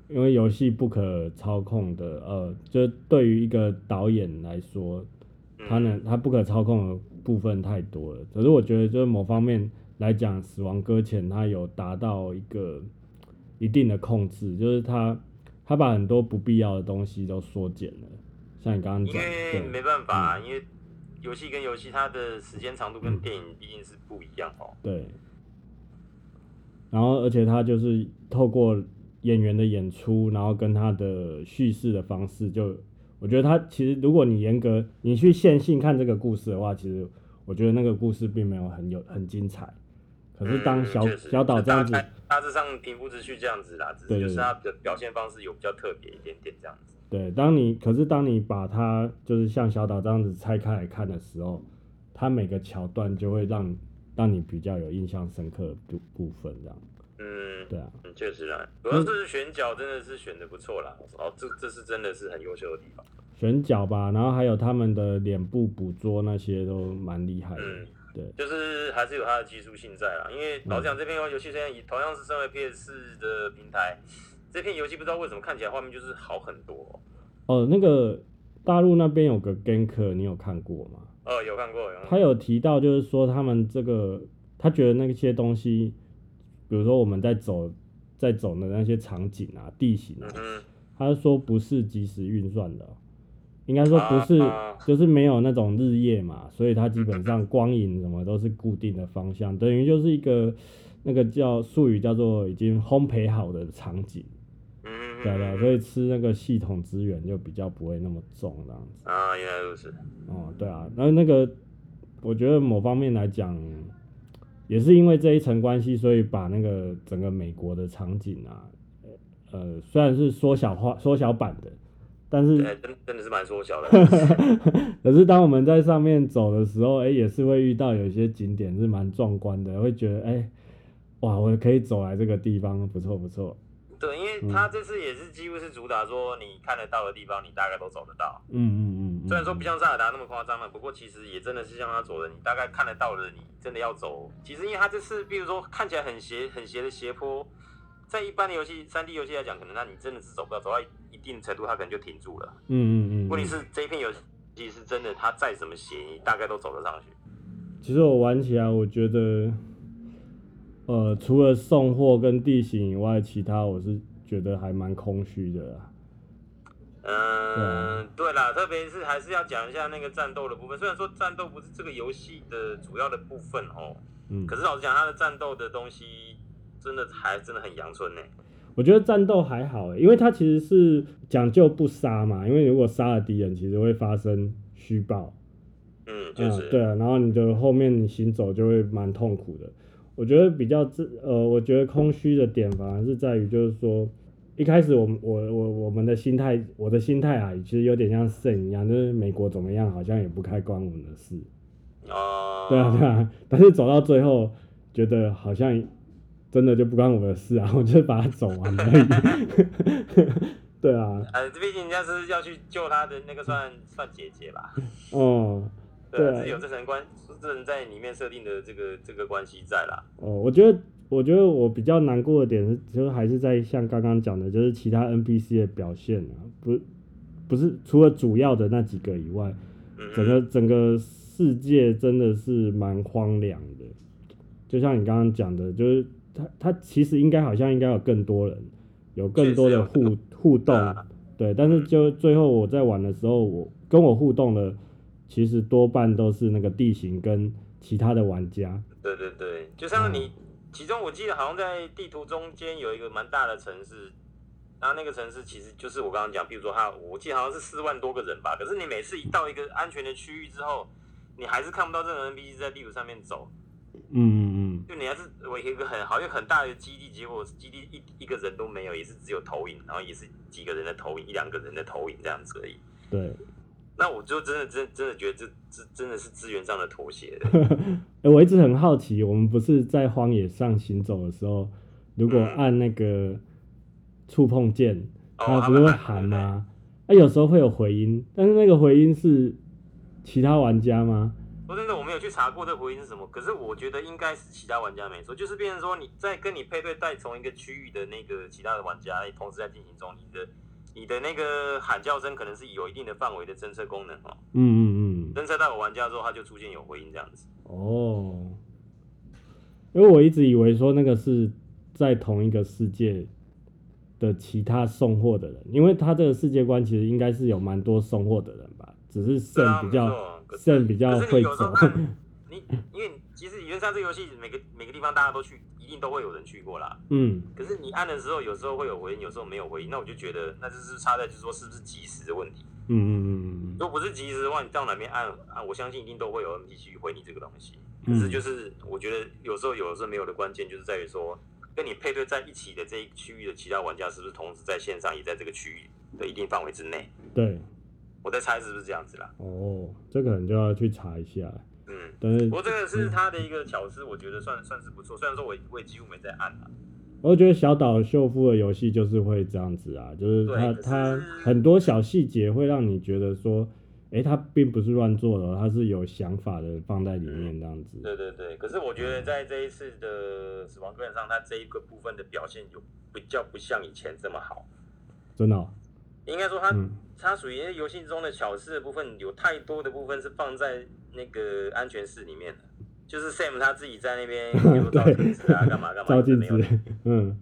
[SPEAKER 1] 因为游戏不可操控的，呃，就是对于一个导演来说，
[SPEAKER 2] 嗯
[SPEAKER 1] 他能他不可操控的部分太多了。可是我觉得，就是某方面来讲，《死亡搁浅》它有达到一个一定的控制，就是它它把很多不必要的东西都缩减了，像你刚刚
[SPEAKER 2] 因
[SPEAKER 1] 讲的，
[SPEAKER 2] 为没
[SPEAKER 1] 对，
[SPEAKER 2] 办法，啊
[SPEAKER 1] 嗯
[SPEAKER 2] 因为游戏跟游戏它的时间长度跟电影毕竟是不一样哦。
[SPEAKER 1] 对。然后，而且它就是透过演员的演出，然后跟他的叙事的方式就，我觉得它其实如果你严格你去线性看这个故事的话，其实我觉得那个故事并没有很有很精彩。可是当
[SPEAKER 2] 嗯
[SPEAKER 1] 小、
[SPEAKER 2] 确实
[SPEAKER 1] 小岛
[SPEAKER 2] 就
[SPEAKER 1] 这样子
[SPEAKER 2] 大，概大致上平铺直叙这样子啦，只
[SPEAKER 1] 对
[SPEAKER 2] 是
[SPEAKER 1] 对
[SPEAKER 2] 就是
[SPEAKER 1] 对
[SPEAKER 2] 它的表现方式有比较特别一点点这样子。
[SPEAKER 1] 对，当你可是当你把它就是像小岛这样子拆开来看的时候，它每个桥段就会让让你比较有印象深刻的部部分，这样
[SPEAKER 2] 嗯，
[SPEAKER 1] 对啊，
[SPEAKER 2] 嗯，确实啦，主要是选角真的是选的不错啦，哦，这这是真的是很优秀的地方。
[SPEAKER 1] 选角吧，然后还有他们的脸部捕捉那些都蛮厉害的，
[SPEAKER 2] 嗯
[SPEAKER 1] 对，
[SPEAKER 2] 就是还是有它的技术性在啦，因为老
[SPEAKER 1] 嗯
[SPEAKER 2] 实讲，这片游戏现在以同样是身为 PS 4的平台，这片游戏不知道为什么看起来画面就是好很多哦、
[SPEAKER 1] 哦，那个大陆那边有个 Gank，你有看过吗？
[SPEAKER 2] 哦，有看过，有看
[SPEAKER 1] 他
[SPEAKER 2] 过。
[SPEAKER 1] 有提到，就是说他们这个，他觉得那些东西比如说我们在走在走的那些场景啊、地形啊
[SPEAKER 2] 嗯，哼，
[SPEAKER 1] 他说不是即时运算的，应该说不是
[SPEAKER 2] 啊，
[SPEAKER 1] 就是没有那种日夜嘛，所以它基本
[SPEAKER 2] *laughs*
[SPEAKER 1] 上光影什么都是固定的方向，等于就是一个那个叫术语叫做已经烘焙好的场景，
[SPEAKER 2] 嗯，
[SPEAKER 1] 对对，所以吃那个系统资源就比较不会那么重这样子。
[SPEAKER 2] 啊，原来如此，
[SPEAKER 1] 哦，对啊，那那个我觉得某方面来讲，也是因为这一层关系，所以把那个整个美国的场景啊，呃，虽然是缩小化、缩小版的，但是
[SPEAKER 2] 对，哎真真的是蛮
[SPEAKER 1] *laughs*
[SPEAKER 2] 缩小的，
[SPEAKER 1] 可是当我们在上面走的时候，哎、也是会遇到有一些景点是蛮壮观的，会觉得哎、哇，我可以走来这个地方，不错不错，
[SPEAKER 2] 对，因为
[SPEAKER 1] 嗯
[SPEAKER 2] 他这次也是几乎是主打说你看得到的地方，你大概都走得到。
[SPEAKER 1] 嗯嗯嗯嗯，
[SPEAKER 2] 虽然说不像萨尔达那么夸张了，不过其实也真的是像他走的，你大概看得到的，你真的要走。其实因为它这次，比如说看起来很斜很斜的斜坡，在一般的游戏三 D 游戏来讲，可能那你真的是走不到，走到一定程度它可能就停住了。
[SPEAKER 1] 嗯嗯嗯，
[SPEAKER 2] 问题是这一片游戏是真的，它再怎么斜，你大概都走得上去。
[SPEAKER 1] 其实我玩起来，我觉得，呃，除了送货跟地形以外，其他我是觉得还蛮空虚的啦。
[SPEAKER 2] 嗯，
[SPEAKER 1] 啊
[SPEAKER 2] 对啦，特别是还是要讲一下那个战斗的部分。虽然说战斗不是这个游戏的主要的部分哦，
[SPEAKER 1] 嗯
[SPEAKER 2] 可，是老实讲，它的战斗的东西真的还真的很阳春呢、
[SPEAKER 1] 我觉得战斗还好、欸，因为它其实是讲究不杀嘛，因为如果杀了敌人，其实会发生虚报，
[SPEAKER 2] 嗯，就
[SPEAKER 1] 嗯，
[SPEAKER 2] 是、
[SPEAKER 1] 对啊，然后你的后面你行走就会蛮痛苦的。我觉得比较自呃，我觉得空虚的点反而是在于，就是说一开始我们我我我们的心态，我的心态啊，其实有点像 Sen 一样，就是美国怎么样好像也不太关我们的事，
[SPEAKER 2] 哦，
[SPEAKER 1] 对啊对啊。但是走到最后，觉得好像真的就不关我的事啊，我就把它走完而已。 *laughs* 对啊，
[SPEAKER 2] 呃，毕竟人家是要去救他的那个算 *laughs* 算姐姐吧，
[SPEAKER 1] 哦、
[SPEAKER 2] 对
[SPEAKER 1] 对
[SPEAKER 2] 啊，是有这层关，是这层在里面设定的这个这个关系在啦。
[SPEAKER 1] 哦，我觉得，我觉得我比较难过的点是，就是还是在像刚刚讲的，就是其他 NPC 的表现啊，不，不是除了主要的那几个以外，
[SPEAKER 2] 嗯
[SPEAKER 1] 整
[SPEAKER 2] 哼，
[SPEAKER 1] 个整个世界真的是蛮荒凉的。就像你刚刚讲的，就是它它其实应该好像应该有更多人，有更多的
[SPEAKER 2] 确实有
[SPEAKER 1] 互互动，
[SPEAKER 2] 啊
[SPEAKER 1] 对。但是就最后我在玩的时候，我跟我互动的其实多半都是那个地形跟其他的玩家，
[SPEAKER 2] 对对对，就像你，其中我记得好像在地图中间有一个蛮大的城市，然后那个城市其实就是我刚刚讲，比如说它，我记得好像是四万多个人吧，可是你每次一到一个安全的区域之后，你还是看不到任何 NPC 在地图上面走，
[SPEAKER 1] 嗯嗯
[SPEAKER 2] 就你还是我有一个很好像很大的基地，结果基地一一个人都没有，也是只有投影，然后也是几个人的投影，一两个人的投影这样子而已。
[SPEAKER 1] 嗯，对。
[SPEAKER 2] 那我就真的真真的觉得这这真的是资源上的妥协。
[SPEAKER 1] 欸，我一直很好奇，我们不是在荒野上行走的时候，如
[SPEAKER 2] 嗯
[SPEAKER 1] 果按那个触碰键，
[SPEAKER 2] 哦，
[SPEAKER 1] 它
[SPEAKER 2] 他
[SPEAKER 1] 不是
[SPEAKER 2] 们
[SPEAKER 1] 会
[SPEAKER 2] 还
[SPEAKER 1] 喊？吗？
[SPEAKER 2] 哦
[SPEAKER 1] 啊，有时候会有回音，但是那个回音是其他玩家吗？
[SPEAKER 2] 说真的，我没有去查过这回音是什么，可是我觉得应该是其他玩家没错，就是变成说你在跟你配对带从一个区域的那个其他的玩家同时在进行中，你的你的那个喊叫声可能是有一定的范围的侦测功能哦，
[SPEAKER 1] 嗯嗯嗯，
[SPEAKER 2] 侦测到有玩家之后，它就出现有回音这样子。
[SPEAKER 1] 哦，因为我一直以为说那个是在同一个世界的其他送货的人，因为他这个世界观其实应该是有蛮多送货的人吧，只是
[SPEAKER 2] 对
[SPEAKER 1] 肾
[SPEAKER 2] 啊
[SPEAKER 1] 比较
[SPEAKER 2] 没错可是
[SPEAKER 1] 肾比较
[SPEAKER 2] 可是
[SPEAKER 1] 会
[SPEAKER 2] 你有时候
[SPEAKER 1] 走。 *laughs*
[SPEAKER 2] 按你因为其实原上这个游戏每个每个地方大家都去，一定都会有人去过啦。
[SPEAKER 1] 嗯，
[SPEAKER 2] 可是你按的时候，有时候会有回音，有时候没有回音，那我就觉得那就是差在就是说是不是及时的问题。
[SPEAKER 1] 嗯嗯嗯嗯
[SPEAKER 2] 如果不是及时的话，你到哪边按按，我相信一定都会有人继续回你这个东西。可
[SPEAKER 1] 嗯
[SPEAKER 2] 是就是我觉得有时候有，时候没有的关键就是在于说，跟你配对在一起的这一区域的其他玩家是不是同时在线上也在这个区域的一定范围之内？
[SPEAKER 1] 嗯，对，
[SPEAKER 2] 我在猜是不是这样子啦？
[SPEAKER 1] 哦，这个可能就要去查一下，
[SPEAKER 2] 嗯。
[SPEAKER 1] 但是
[SPEAKER 2] 不过这个是他的一个巧思，我觉得算算是不错。虽然说我我也几乎没在按啊，
[SPEAKER 1] 我觉得小岛秀夫的游戏就是会这样子啊，就是
[SPEAKER 2] 对
[SPEAKER 1] 它
[SPEAKER 2] 可是
[SPEAKER 1] 它很多小细节会让你觉得说，诶，它并不是乱做的哦，它是有想法的放在里面这样子。
[SPEAKER 2] 对对对。可是我觉得在这一次的死亡搁浅上，他这一个部分的表现有比较不像以前这么好。
[SPEAKER 1] 真的哦、
[SPEAKER 2] 应该说他
[SPEAKER 1] 嗯
[SPEAKER 2] 它属于游戏中的巧思的部分，有太多的部分是放在那个安全室里面的。就是 Sam 他自己在那 *laughs* 边有照镜子啊，干嘛干嘛，
[SPEAKER 1] 照镜
[SPEAKER 2] 没有
[SPEAKER 1] 子， *laughs* 嗯，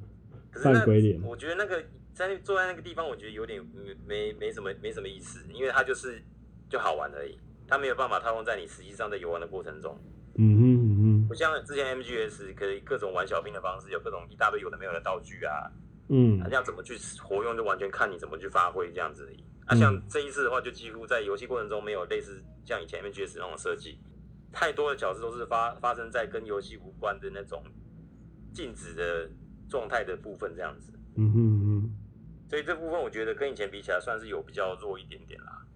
[SPEAKER 2] 可是
[SPEAKER 1] 扮
[SPEAKER 2] 那
[SPEAKER 1] 鬼脸
[SPEAKER 2] 我觉得那个在坐在那个地方，我觉得有点没没没什么没什么意思，因为它就是就好玩而已，它没有办法套用在你实际上在游玩的过程中。
[SPEAKER 1] 嗯哼嗯
[SPEAKER 2] 不
[SPEAKER 1] 哼，
[SPEAKER 2] 像之前 MGS 可以各种玩小兵的方式，有各种一大堆有的没有的道具啊，那
[SPEAKER 1] 嗯
[SPEAKER 2] 要怎么去活用就完全看你怎么去发挥这样子而已。啊，
[SPEAKER 1] 嗯
[SPEAKER 2] 像这一次的话，就几乎在游戏过程中没有类似像以前 MGS 那种设计，太多的角色都是发发生在跟游戏无关的那种静止的状态的部分这样子。
[SPEAKER 1] 嗯哼嗯哼。
[SPEAKER 2] 所以这部分我觉得跟以前比起来算是有比较弱一点点啦。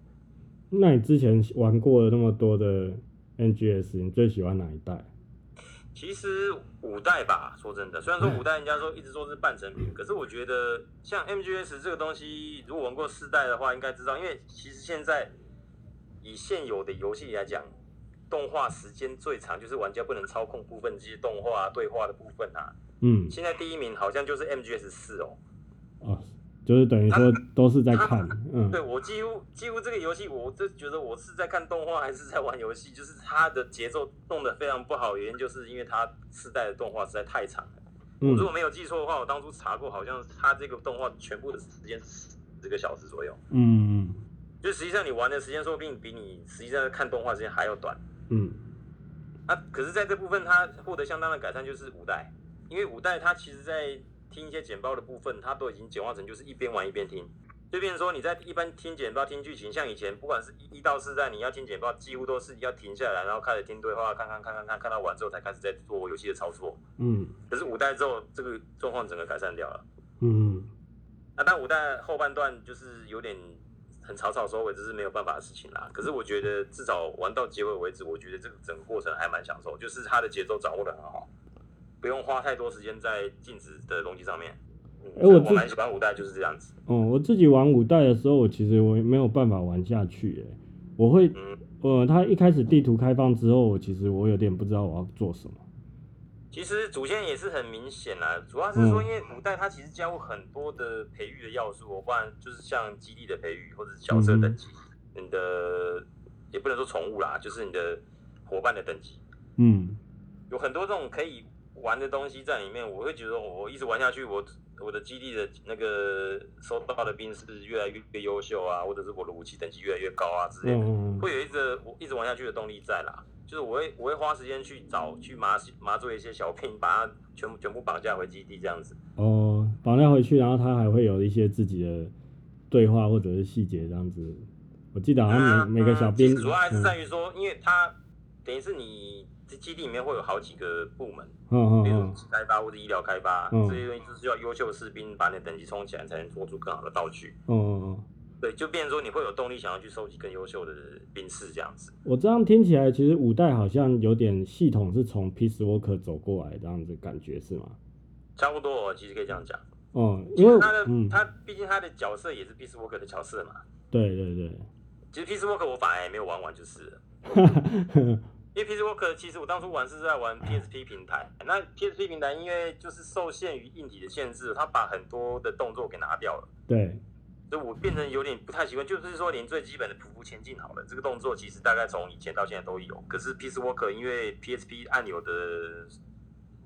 [SPEAKER 1] 那你之前玩过的那么多的 NGS，你最喜欢哪一代？
[SPEAKER 2] 其实五代吧，说真的，虽然说五代人家说一直说是半成品，可是我觉得像 MGS 这个东西，如果玩过四代的话，应该知道，因为其实现在以现有的游戏来讲，动画时间最长就是玩家不能操控部分这些动画、啊、对话的部分啊。
[SPEAKER 1] 嗯，
[SPEAKER 2] 现在第一名好像就是 MGS 四哦，
[SPEAKER 1] 哦，就是等于说都是在看，嗯
[SPEAKER 2] 对我几乎几乎这个游戏，我就觉得我是在看动画还是在玩游戏，就是它的节奏弄得非常不好，原因就是因为它四代的动画实在太长了。我如
[SPEAKER 1] 嗯
[SPEAKER 2] 果没有记错的话，我当初查过，好像它这个动画全部的时间是十个小时左右，
[SPEAKER 1] 嗯
[SPEAKER 2] 就实际上你玩的时间说不定比你实际上看动画时间还要短。
[SPEAKER 1] 嗯
[SPEAKER 2] 那、啊可是在这部分它获得相当的改善，就是五代，因为五代它其实在听一些简报的部分，它都已经简化成就是一边玩一边听。就变成说你在一般听简报、听剧情，像以前不管是一一到四代，你要听简报，几乎都是要停下来，然后开始听对话，看看看看看，看到完之后才开始在做游戏的操作。
[SPEAKER 1] 嗯
[SPEAKER 2] 可是五代之后，这个状况整个改善掉了。
[SPEAKER 1] 嗯
[SPEAKER 2] 啊那但五代后半段就是有点很草草收尾，这是没有办法的事情啦。可是我觉得至少玩到结尾为止，我觉得这个整个过程还蛮享受，就是它的节奏掌握的很好，不用花太多时间在静止的东西上面。嗯，
[SPEAKER 1] 哎
[SPEAKER 2] 所以
[SPEAKER 1] 我
[SPEAKER 2] 我
[SPEAKER 1] 自
[SPEAKER 2] 蛮喜欢五代就是这样子。
[SPEAKER 1] 哦，我自己玩五代的时候，我其实我也没有办法玩下去，耶。我会，
[SPEAKER 2] 嗯，
[SPEAKER 1] 呃，它一开始地图开放之后，我其实我有点不知道我要做什么，
[SPEAKER 2] 其实主线也是很明显啦，主要是说
[SPEAKER 1] 嗯
[SPEAKER 2] 因为五代它其实加入很多的培育的要素哦，不然就是像基地的培育或者是角色
[SPEAKER 1] 嗯
[SPEAKER 2] 等级，你的也不能说宠物啦，就是你的伙伴的等级。
[SPEAKER 1] 嗯
[SPEAKER 2] 有很多这种可以玩的东西在里面，我会觉得我一直玩下去，我我的基地的那个收到的兵是越来越越优秀啊，或者是我的武器等级越来越高啊之类的，
[SPEAKER 1] 嗯嗯
[SPEAKER 2] 会有一直我一直玩下去的动力在啦。就是我会我会花时间去找去麻麻醉一些小兵，把它全部全部绑架回基地这样子。
[SPEAKER 1] 哦，绑架回去，然后它还会有一些自己的对话或者是细节这样子。我记得好
[SPEAKER 2] 那
[SPEAKER 1] 像每每个小兵，
[SPEAKER 2] 主要还是
[SPEAKER 1] 嗯
[SPEAKER 2] 在于说，因为它等于是你基地里面会有好几个部门，
[SPEAKER 1] 嗯嗯
[SPEAKER 2] 比如
[SPEAKER 1] 嗯
[SPEAKER 2] 武器开发或者医疗开发、
[SPEAKER 1] 嗯
[SPEAKER 2] 这些东西，就是要优秀的士兵把你的等级冲起来，才能做出更好的道具。
[SPEAKER 1] 嗯嗯嗯。
[SPEAKER 2] 对，就变成说你会有动力想要去收集更优秀的兵士这样子。
[SPEAKER 1] 我这样听起来，其实五代好像有点系统是从 Peace Walker 走过来这样子感觉是吗？
[SPEAKER 2] 差不多、哦，其实可以这样讲。
[SPEAKER 1] 哦、因为
[SPEAKER 2] 他的、
[SPEAKER 1] 嗯，
[SPEAKER 2] 他毕竟他的角色也是 Peace Walker 的角色嘛。
[SPEAKER 1] 对对对，
[SPEAKER 2] 其实 Peace Walker 我反而也没有玩完就是了，因为 Peace Walker 其实我当初玩是在玩 PSP 平台，那 PSP 平台因为就是受限于硬体的限制，它把很多的动作给拿掉了。
[SPEAKER 1] 对，
[SPEAKER 2] 所以我变成有点不太习惯，就是说连最基本的匍匐前进好了，这个动作其实大概从以前到现在都有。可是 Peace Walker 因为 PSP 按钮的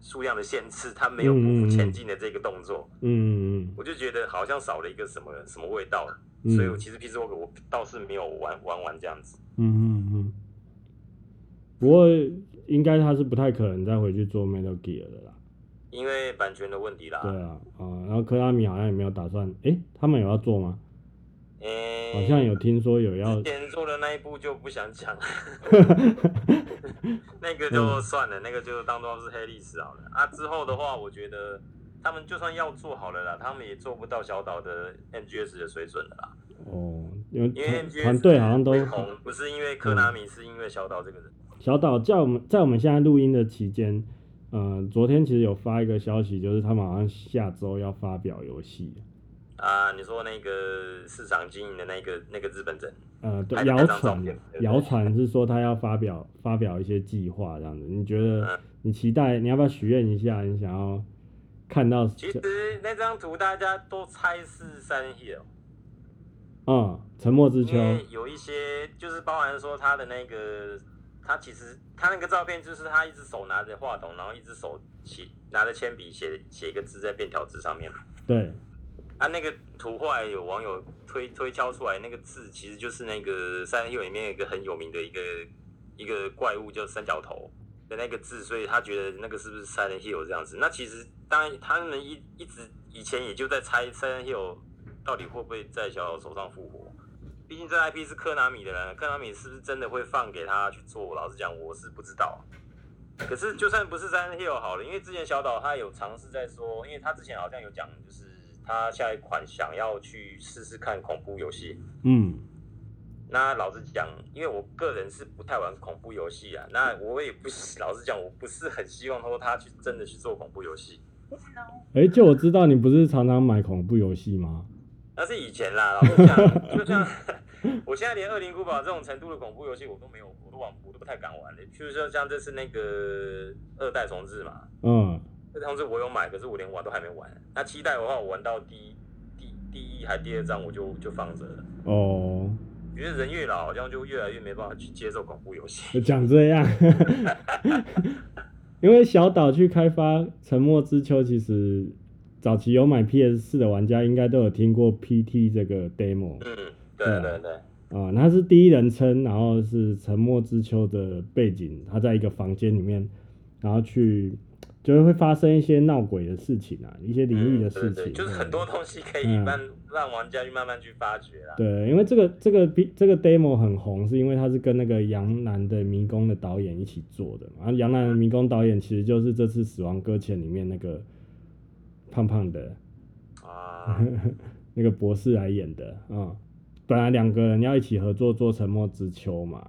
[SPEAKER 2] 数量的限制，它没有匍匐前进的这个动作，
[SPEAKER 1] 嗯嗯
[SPEAKER 2] 我就觉得好像少了一个什么什么味道。
[SPEAKER 1] 嗯，
[SPEAKER 2] 所以我其实 Peace Walker 我倒是没有玩玩完这样子。
[SPEAKER 1] 嗯嗯嗯，不过应该他是不太可能再回去做 Metal Gear 的啦。
[SPEAKER 2] 因为版权的问题啦，
[SPEAKER 1] 对啊，啊、然后克拉米好像也没有打算，诶，他们有要做吗？
[SPEAKER 2] 诶、
[SPEAKER 1] 好像有听说有要
[SPEAKER 2] 之，前做的那一部就不想讲，那个
[SPEAKER 1] 嗯
[SPEAKER 2] 就算了，那个就当做是黑历史好了。啊，之后的话，我觉得他们就算要做好了啦，他们也做不到小岛的 MGS 的水准的啦。
[SPEAKER 1] 哦，因为
[SPEAKER 2] 因为
[SPEAKER 1] 团
[SPEAKER 2] MGS
[SPEAKER 1] 团队好像都嗯
[SPEAKER 2] 会红，不是因为科南米，是因为小岛这个人。
[SPEAKER 1] 小岛在我们在我们现在录音的期间，呃，昨天其实有发一个消息，就是他们好像下周要发表游戏，
[SPEAKER 2] 啊，你说那个市场经营的那个那个日本人，
[SPEAKER 1] 呃，对，
[SPEAKER 2] 还有
[SPEAKER 1] 谣
[SPEAKER 2] 那张照
[SPEAKER 1] 传
[SPEAKER 2] 片对不对
[SPEAKER 1] 谣传是说他要发表 *laughs* 发表一些计划这样子，你觉得
[SPEAKER 2] 嗯
[SPEAKER 1] 你期待你要不要许愿一下？你想要看到
[SPEAKER 2] 其实那张图大家都猜是三哦 hill，
[SPEAKER 1] 嗯，沉默之丘
[SPEAKER 2] 因为有一些就是包含说他的那个他其实他那个照片就是他一只手拿着话筒，然后一只手写拿着铅笔写写一个字在便条纸上面嘛。
[SPEAKER 1] 对，
[SPEAKER 2] 啊，那个图后来有网友推推敲出来，那个字其实就是那个《三英里面有一个很有名的一个一个怪物叫三角头的那个字，所以他觉得那个是不是 Silent Hill 这样子？那其实当然，他们一一直以前也就在猜 Silent Hill 到底会不会在小岛手上复活。毕竟这 IP 是科南米的人，科南米是不是真的会放给他去做？老实讲，我是不知道。可是就算不是 Silent Hill 好了，因为之前小岛他有尝试在说，因为他之前好像有讲，就是他下一款想要去试试看恐怖游戏。
[SPEAKER 1] 嗯，
[SPEAKER 2] 那老实讲，因为我个人是不太玩恐怖游戏啊，那我也不老实讲，我不是很希望说他去真的去做恐怖游戏。
[SPEAKER 1] 哎，就我知道你不是常常买恐怖游戏吗？
[SPEAKER 2] 那是以前啦，老实讲，就像 *laughs* 我现在连《恶灵古堡》这种程度的恐怖游戏我都没有，我都玩，我都不太敢玩的。就是说像这次那个二代重置嘛，
[SPEAKER 1] 嗯，
[SPEAKER 2] 这通知我有买，可是我连玩都还没玩。那七代的话，我玩到第一第第一还第二章，我就就放着了。
[SPEAKER 1] 哦，
[SPEAKER 2] 觉得人越老，好像就越来越没办法去接受恐怖游戏。
[SPEAKER 1] 讲这样， *laughs* 因为小岛去开发《沉默之丘》，其实早期有买 PS 四的玩家应该都有听过 PT 这个 demo
[SPEAKER 2] 嗯，对
[SPEAKER 1] 对啊
[SPEAKER 2] 对对，
[SPEAKER 1] 啊、它是第一人称，然后是《沉默之丘》的背景，他在一个房间里面，然后去就是会发生一些闹鬼的事情啊，一些灵异的
[SPEAKER 2] 嗯
[SPEAKER 1] 事
[SPEAKER 2] 对
[SPEAKER 1] 情，
[SPEAKER 2] 对对就是
[SPEAKER 1] 对
[SPEAKER 2] 很多东西可以
[SPEAKER 1] 嗯
[SPEAKER 2] 慢、让玩家去慢慢去发掘啦。
[SPEAKER 1] 对，因为这个这个 P 这个 demo 很红，是因为它是跟那个杨楠的《迷宫》的导演一起做的嘛。然后杨楠的《迷宫》导演其实就是这次《死亡搁浅》里面那个胖胖的嗯
[SPEAKER 2] 啊，
[SPEAKER 1] *laughs* 那个博士来演的啊、嗯本来两个人要一起合作做《沉默之丘》嘛，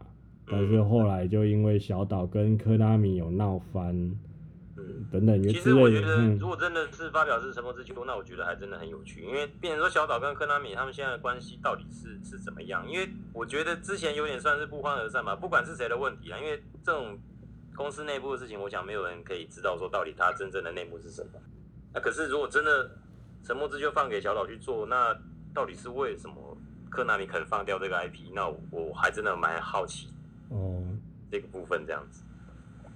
[SPEAKER 1] 但
[SPEAKER 2] 嗯
[SPEAKER 1] 是后来就因为小岛跟科拉米有闹翻
[SPEAKER 2] 嗯。
[SPEAKER 1] 等等
[SPEAKER 2] 其
[SPEAKER 1] 之
[SPEAKER 2] 实我
[SPEAKER 1] 类
[SPEAKER 2] 觉
[SPEAKER 1] 的，
[SPEAKER 2] 得，
[SPEAKER 1] 嗯
[SPEAKER 2] 如果真的是发表是《沉默之丘》，那我觉得还真的很有趣，因为变成说小岛跟科南米他们现在的关系到底是是怎么样？因为我觉得之前有点算是不欢而散吧，不管是谁的问题啊，因为这种公司内部的事情，我想没有人可以知道说到底它真正的内幕是什么。那可是如果真的《沉默之丘》放给小岛去做，那到底是为什么科南米肯放掉这个 IP？那我我还真的蛮好奇
[SPEAKER 1] 哦，
[SPEAKER 2] 这个部分这样子。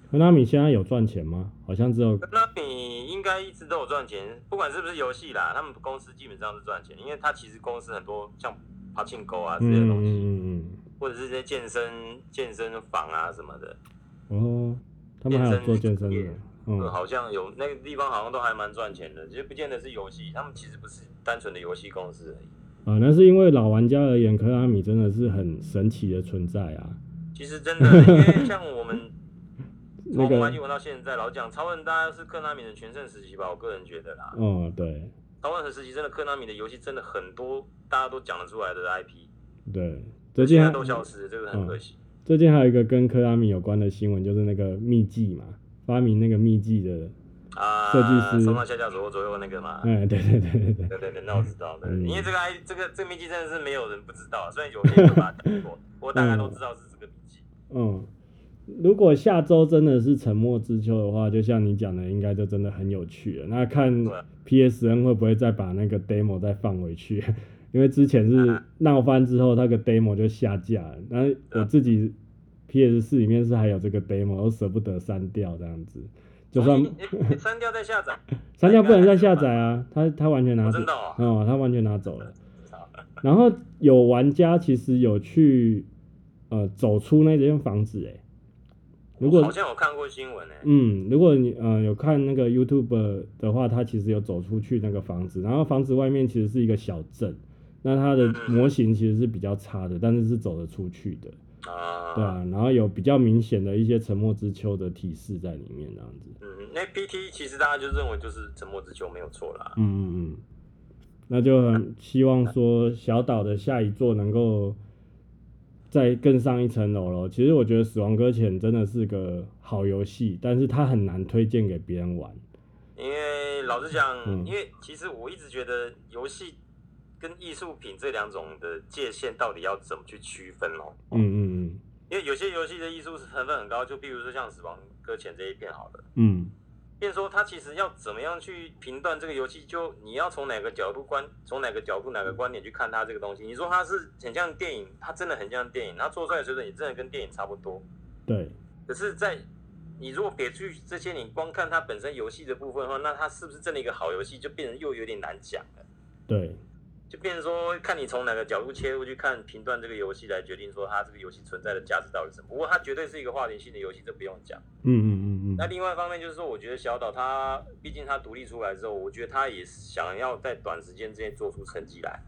[SPEAKER 1] 科拉米现在有赚钱吗？好像只有
[SPEAKER 2] 那你应该一直都有赚钱，不管是不是游戏啦，他们公司基本上是赚钱，因为他其实公司很多像爬进狗啊之类的
[SPEAKER 1] 嗯
[SPEAKER 2] 东西，
[SPEAKER 1] 嗯嗯
[SPEAKER 2] 或者是一些健身健身房啊什么的，
[SPEAKER 1] 嗯，哦，他们还有做健身
[SPEAKER 2] 健
[SPEAKER 1] 的
[SPEAKER 2] 身，
[SPEAKER 1] 嗯
[SPEAKER 2] 呃，好像有那个地方好像都还蛮赚钱的，其实不见得是游戏，他们其实不是单纯的游戏公司而已。
[SPEAKER 1] 啊，那是因为老玩家而言，克拉米真的是很神奇的存在啊。
[SPEAKER 2] 其实
[SPEAKER 1] *laughs*
[SPEAKER 2] 真的，因为像我们
[SPEAKER 1] 那
[SPEAKER 2] 从
[SPEAKER 1] 个
[SPEAKER 2] 玩，一玩到现在，老讲超人大概是克拉米的全盛时期吧，我个人觉得啦，
[SPEAKER 1] 哦，对
[SPEAKER 2] 超人时期真的克拉米的游戏真的很多，大家都讲得出来的 IP。
[SPEAKER 1] 对，嗯最近
[SPEAKER 2] 现在
[SPEAKER 1] 还
[SPEAKER 2] 都消失了，这个很可惜。
[SPEAKER 1] 最近还有一个跟克拉米有关的新闻，就是那个秘技嘛，发明那个秘技的，
[SPEAKER 2] 啊，
[SPEAKER 1] 设计师
[SPEAKER 2] 上上下下左右左右那个嘛。
[SPEAKER 1] 哎，对对对对对，
[SPEAKER 2] 对对对，那我知道的，
[SPEAKER 1] 嗯
[SPEAKER 2] 因为这个 I 这个这个秘籍真的是没有人不知道，虽然有些人把它讲过，我大概都知道是这个秘籍。
[SPEAKER 1] 嗯，如果下周真的是沉默之秋的话，就像你讲的，应该就真的很有趣了。那看
[SPEAKER 2] 对
[SPEAKER 1] PSN 会不会再把那个 demo 再放回去？ *laughs* 因为之前是闹翻之后，那个 demo 就下架了。那我自己 PS 四里面是还有这个 demo，我舍不得删掉这样子。 *laughs* 就算
[SPEAKER 2] 重新诶哎删掉再下载，
[SPEAKER 1] 删掉不能再下载啊，他他完全拿
[SPEAKER 2] 我
[SPEAKER 1] 走
[SPEAKER 2] 真，的哦。
[SPEAKER 1] *laughs* 嗯，他完全拿走了。
[SPEAKER 2] 好
[SPEAKER 1] 然后有玩家其实有去呃走出那间房子、欸，如果
[SPEAKER 2] 好像我看过新闻哎诶，
[SPEAKER 1] 嗯，如果你呃有看那个 YouTube 的话，它其实有走出去那个房子，然后房子外面其实是一个小镇，那它的模型其实是比较差的，但是是走得出去的，对
[SPEAKER 2] 啊，
[SPEAKER 1] 啊，然后有比较明显的一些沉默之丘的提示在里面，这样子，
[SPEAKER 2] 嗯，那 PT 其实大家就认为就是沉默之丘没有错啦。
[SPEAKER 1] 嗯嗯嗯，那就很希望说小岛的下一座能够再更上一层楼咯。其实我觉得《死亡搁浅》真的是个好游戏，但是它很难推荐给别人玩，
[SPEAKER 2] 因为老实讲，
[SPEAKER 1] 嗯
[SPEAKER 2] 因为其实我一直觉得游戏跟艺术品这两种的界限到底要怎么去区分哦？
[SPEAKER 1] 嗯嗯
[SPEAKER 2] 因为有些游戏的艺术成分很高，就比如说像《死亡搁浅》这一片好了。
[SPEAKER 1] 嗯。嗯
[SPEAKER 2] 变成说它其实要怎么样去评断这个游戏，就你要从哪个角度观，从哪个角度哪个观点去看它这个东西。你说它是很像电影，它真的很像电影，它做出来的水准也真的跟电影差不多。
[SPEAKER 1] 对，
[SPEAKER 2] 可是，在你如果撇去这些，你光看它本身游戏的部分的话，那它是不是真的一个好游戏，就变成又有点难讲了。
[SPEAKER 1] 对，
[SPEAKER 2] 就变成说，看你从哪个角度切入去看评断这个游戏，来决定说它这个游戏存在的价值到底是什么。不过它绝对是一个话题性的游戏，这不用讲。
[SPEAKER 1] 嗯嗯嗯
[SPEAKER 2] 那
[SPEAKER 1] 嗯，
[SPEAKER 2] 另外一方面就是说，我觉得小岛它毕竟它独立出来之后，我觉得它也想要在短时间之内做出成绩来，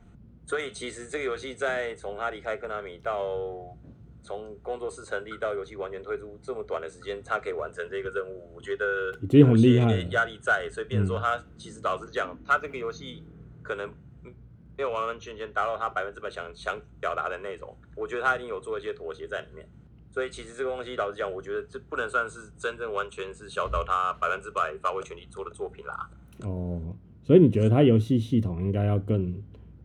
[SPEAKER 2] 所以其实这个游戏在从它离开科南米到从工作室成立到游戏完全推出这么短的时间，它可以完成这个任务，我觉得
[SPEAKER 1] 已经很厉害了
[SPEAKER 2] 有些压力在，所以变成说它其实老实讲，它这个游戏可能没有完完全全达到它百分之百想想表达的内容，我觉得它一定有做一些妥协在里面。所以其实这个东西，老实讲，我觉得这不能算是真正完全是小岛他百分之百发挥全力做的作品啦。
[SPEAKER 1] 哦，所以你觉得它游戏系统应该要更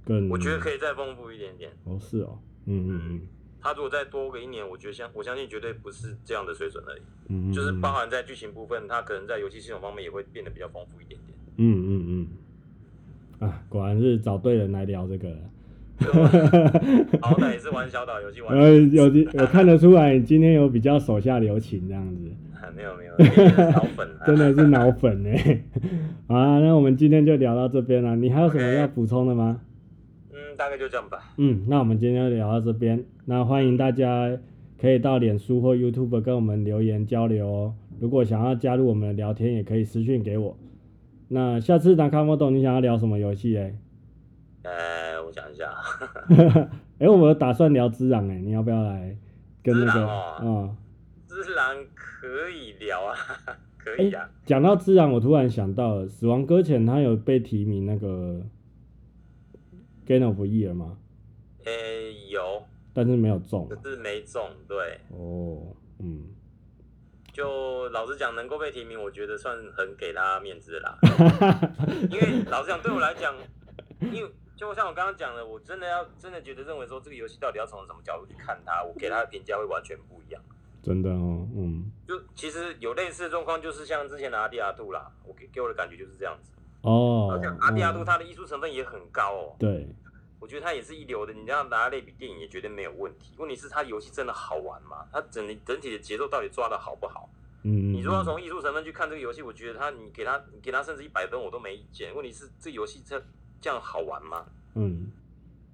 [SPEAKER 1] 更？
[SPEAKER 2] 我觉得可以再丰富一点点。
[SPEAKER 1] 哦，是哦，嗯嗯嗯
[SPEAKER 2] 他如果再多个一年，我觉得相我相信绝对不是这样的水准而已。
[SPEAKER 1] 嗯，嗯
[SPEAKER 2] 就是包
[SPEAKER 1] 嗯
[SPEAKER 2] 含在剧情部分，它可能在游戏系统方面也会变得比较丰富一点点。
[SPEAKER 1] 嗯嗯，啊，果然是找对人来聊这个了。
[SPEAKER 2] 好歹也是玩小岛游戏玩
[SPEAKER 1] 然后有我看得出来，你今天有比较手下留情这样子，
[SPEAKER 2] 啊，没有没有，老粉啊
[SPEAKER 1] 真。的是脑粉哎、好啦，那我们今天就聊到这边了。你还有什么要补充的吗
[SPEAKER 2] 嗯，大概就这样吧。
[SPEAKER 1] 嗯，那我们今天就聊到这边。那欢迎大家可以到脸书或 YouTube 跟我们留言交流哦。如果想要加入我们的聊天，也可以私讯给我。那下次南卡莫董，你想要聊什么游戏欸 *laughs* 嘞？
[SPEAKER 2] 呃，我想一下，
[SPEAKER 1] 哎、我们有打算聊《之壤》哎，你要不要来跟那
[SPEAKER 2] 之
[SPEAKER 1] 个
[SPEAKER 2] 壤
[SPEAKER 1] 啊？嗯
[SPEAKER 2] 自然可以聊啊，可
[SPEAKER 1] 哎、
[SPEAKER 2] 以啊。
[SPEAKER 1] 讲到自然，我突然想到了，《死亡搁浅》它有被提名那个 Game of Year 吗？
[SPEAKER 2] 诶，有，
[SPEAKER 1] 但是没有中啊
[SPEAKER 2] 可。是没中，对。
[SPEAKER 1] 哦，嗯，
[SPEAKER 2] 就老实讲，能够被提名，我觉得算很给他面子的啦。因为老实讲，对我来讲，因为就像我刚刚讲的，我真的要真的觉得认为说这个游戏到底要从什么角度去看它，我给它的评价会完全不一样。
[SPEAKER 1] 真的哦，嗯，
[SPEAKER 2] 就其实有类似的状况，就是像之前的阿迪亚杜啦，我给给我的感觉就是这样子。
[SPEAKER 1] 哦
[SPEAKER 2] 而且，阿迪亚杜
[SPEAKER 1] 嗯
[SPEAKER 2] 它的艺术成分也很高哦，
[SPEAKER 1] 对，
[SPEAKER 2] 我觉得它也是一流的，你这样拿来类比电影也绝对没有问题。问题是它游戏真的好玩吗？它整整体的节奏到底抓的好不好？
[SPEAKER 1] 嗯，
[SPEAKER 2] 你如果
[SPEAKER 1] 嗯
[SPEAKER 2] 从艺术成分去看这个游戏，我觉得他你给他你给他甚至一百分我都没意见。问题是这游戏这这样好玩吗？
[SPEAKER 1] 嗯，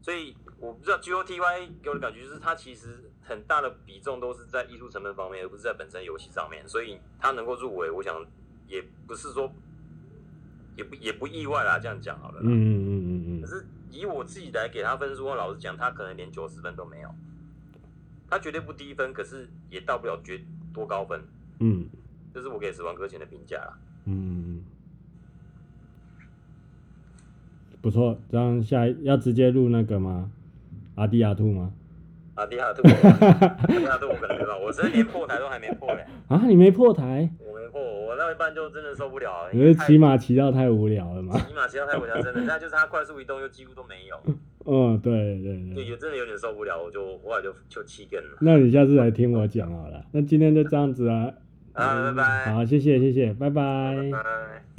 [SPEAKER 2] 所以我不知道 G O T Y 给我的感觉就是它其实很大的比重都是在艺术成分方面，而不是在本身游戏上面。所以它能够入围，我想也不是说也不也不意外啦。这样讲好了
[SPEAKER 1] 嗯
[SPEAKER 2] 啦。
[SPEAKER 1] 嗯嗯嗯嗯，
[SPEAKER 2] 可是以我自己来给他分数，我老实讲，他可能连九十分都没有，他绝对不低分，可是也到不了绝多高分。
[SPEAKER 1] 嗯
[SPEAKER 2] 这是我给死亡搁浅的评价啦。
[SPEAKER 1] 嗯嗯，不错，这样下一要直接录那个吗？阿迪亚兔吗？
[SPEAKER 2] 啊，迪亚特，迪亚特我可能没办法，我真的连破台都还没破嘞，
[SPEAKER 1] 啊，你没破台，
[SPEAKER 2] 我没破，我到一半就真的受不了了。
[SPEAKER 1] 你是
[SPEAKER 2] 太
[SPEAKER 1] 骑马骑到太无聊了吗？
[SPEAKER 2] 骑马骑到太无聊，真的，但就是他快速移动又几乎都没有，
[SPEAKER 1] 嗯，对对
[SPEAKER 2] 就
[SPEAKER 1] 对。
[SPEAKER 2] 有真的有点受不了，我就后来就就弃更了。
[SPEAKER 1] 那你下次来听我讲好了。那今天就这样子啊。
[SPEAKER 2] 啊，拜拜，
[SPEAKER 1] 好，谢谢谢谢，拜拜
[SPEAKER 2] 拜拜。